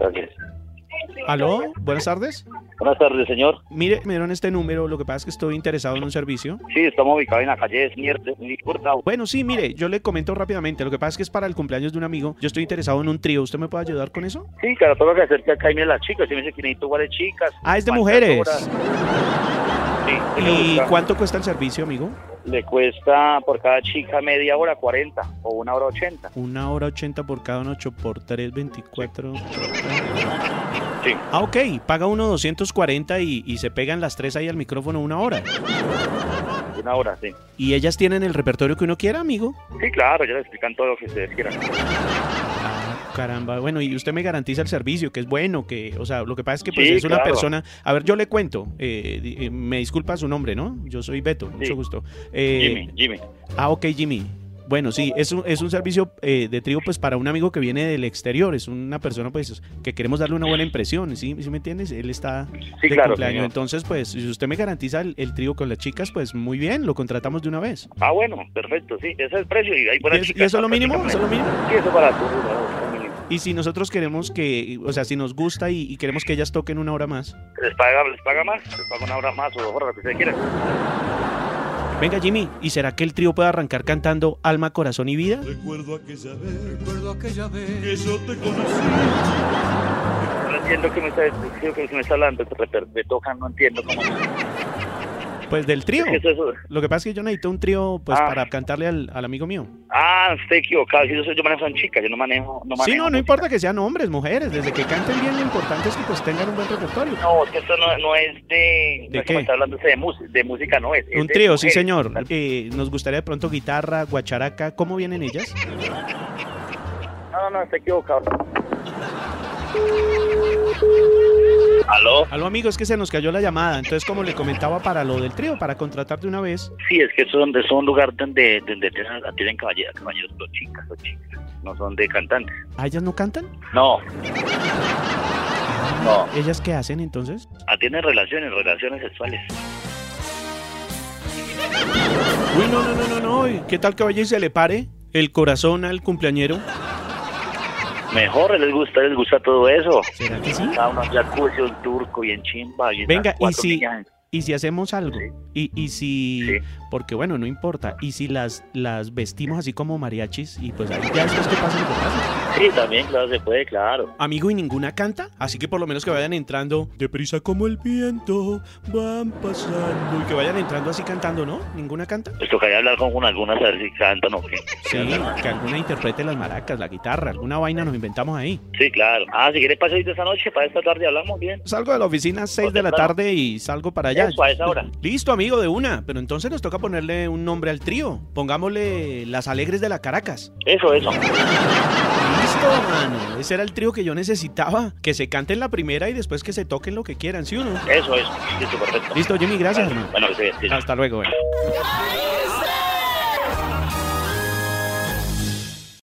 Gracias. ¿Aló? Buenas tardes. Buenas tardes, señor. Mire, me dieron este número, lo que pasa es que estoy interesado en un servicio. Sí, estamos ubicados en la calle de Smierte, muy corta. Bueno, sí, mire, yo le comento rápidamente, lo que pasa es que es para el cumpleaños de un amigo. Yo estoy interesado en un trío, ¿usted me puede ayudar con eso? Sí, claro, todo lo que acerca acá y mira las chicas. Si me dice que necesito varias chicas. Ah, es de pancadoras. mujeres. Sí, ¿qué le ¿Y gusta? cuánto cuesta el servicio, amigo? Le cuesta por cada chica media hora 40 o una hora 80. Una hora ochenta por cada uno, ocho por tres, veinticuatro. Sí. Ah, ok, paga uno 240 y, y se pegan las tres ahí al micrófono una hora. Una hora, sí. ¿Y ellas tienen el repertorio que uno quiera, amigo? Sí, claro, ya le explican todo lo que ustedes quieran. Caramba, bueno, y usted me garantiza el servicio, que es bueno, que, o sea, lo que pasa es que pues, Sí, es una claro. persona. A ver, yo le cuento, eh, di- eh, me disculpa su nombre, ¿no? Yo soy Beto, mucho gusto. Eh, Jimmy, Jimmy. Ah, ok, Jimmy. Bueno, sí, es un, es un servicio eh, de trío pues para un amigo que viene del exterior, es una persona pues que queremos darle una buena impresión, ¿sí, ¿Sí me entiendes? Él está Sí, de claro, cumpleaños, señor. entonces pues si usted me garantiza el, el trío con las chicas, pues muy bien, lo contratamos de una vez. Ah, bueno, perfecto, sí. Ese es el precio y hay ¿Y, buenas es- y chicas, eso es lo tantas mínimo? chicas ¿Eso es lo mínimo? media. Sí, eso es barato. eso es barato, es mínimo. Y si nosotros queremos que, o sea, si nos gusta y, y queremos que ellas toquen una hora más. ¿Les paga, ¿Les paga más? ¿Les paga una hora más o dos horas, lo que ustedes quieran? Venga Jimmy, ¿y será que el trío puede arrancar cantando Alma, Corazón y Vida? Recuerdo aquella vez Recuerdo aquella vez. que yo te conocí. No entiendo que me está, creo que me está hablando, pero te- me tocan, no entiendo cómo. Pues del trío. ¿Qué es eso? Lo que pasa es que yo necesito un trío pues Ah. para cantarle al, al amigo mío. Ah, estoy equivocado. Yo, soy- yo manejo en chicas, yo no manejo. No manejo Sí, no, no música. importa que sean hombres, mujeres, desde que canten bien, lo importante es que pues tengan un buen repertorio. No, es que esto no, no es de. ¿De no es qué? como está hablando usted de, música, de música, no es. es Un de trío, sí mujeres. señor. Eh, nos gustaría de pronto guitarra, guacharaca, ¿cómo vienen ellas? No, no, no, estoy equivocado. ¿Aló? Algo amigo, es que se nos cayó la llamada, entonces como le comentaba para lo del trío, para contratar de una vez, Sí, es que eso es, donde, eso es un lugar donde, donde tienen, tienen caballeros, caballeros, los chicas, los chicas. No son de cantantes. ¿a ellas no cantan? No. No. ¿Ellas qué hacen entonces? Atienden relaciones, relaciones sexuales. Uy, no, no, no, no, no. ¿y ¿Qué tal que vaya y se le pare el corazón al cumpleañero? Mejor les gusta, les gusta todo eso. ¿Será que sí? Cada uno en jacuzzi, un turco y en chimba. Y en Venga, las y cuatro si, niñas. y si hacemos algo, y, y si, Sí. porque bueno, no importa, y si las, las vestimos así como mariachis, y pues ahí ya después que pasa lo que pasa. Sí, también, claro, se puede, claro. Amigo, y ninguna canta, así que por lo menos que vayan entrando deprisa como el viento, van pasando, y que vayan entrando así cantando, ¿no? ¿Ninguna canta? Pues tocaría hablar con, con algunas a ver si cantan o qué. Sí, que alguna interprete las maracas, la guitarra, alguna vaina nos inventamos ahí. Sí, claro. Ah, si quieres pasar esta noche, para esta tarde hablamos bien. Salgo de la oficina a 6 de la temprano. tarde y salgo para allá. Eso, a esa hora. Listo, amigo, de una. Pero entonces nos toca ponerle un nombre al trío. Pongámosle Las Alegres de la Caracas. Eso, eso. Listo, mano. Ese era el trío que yo necesitaba. Que se canten la primera y después que se toquen lo que quieran, ¿sí o no? Eso, eso. Listo, perfecto. Listo, Jimmy, gracias, hermano. eh. Bueno, que se- que se- Hasta luego. bueno.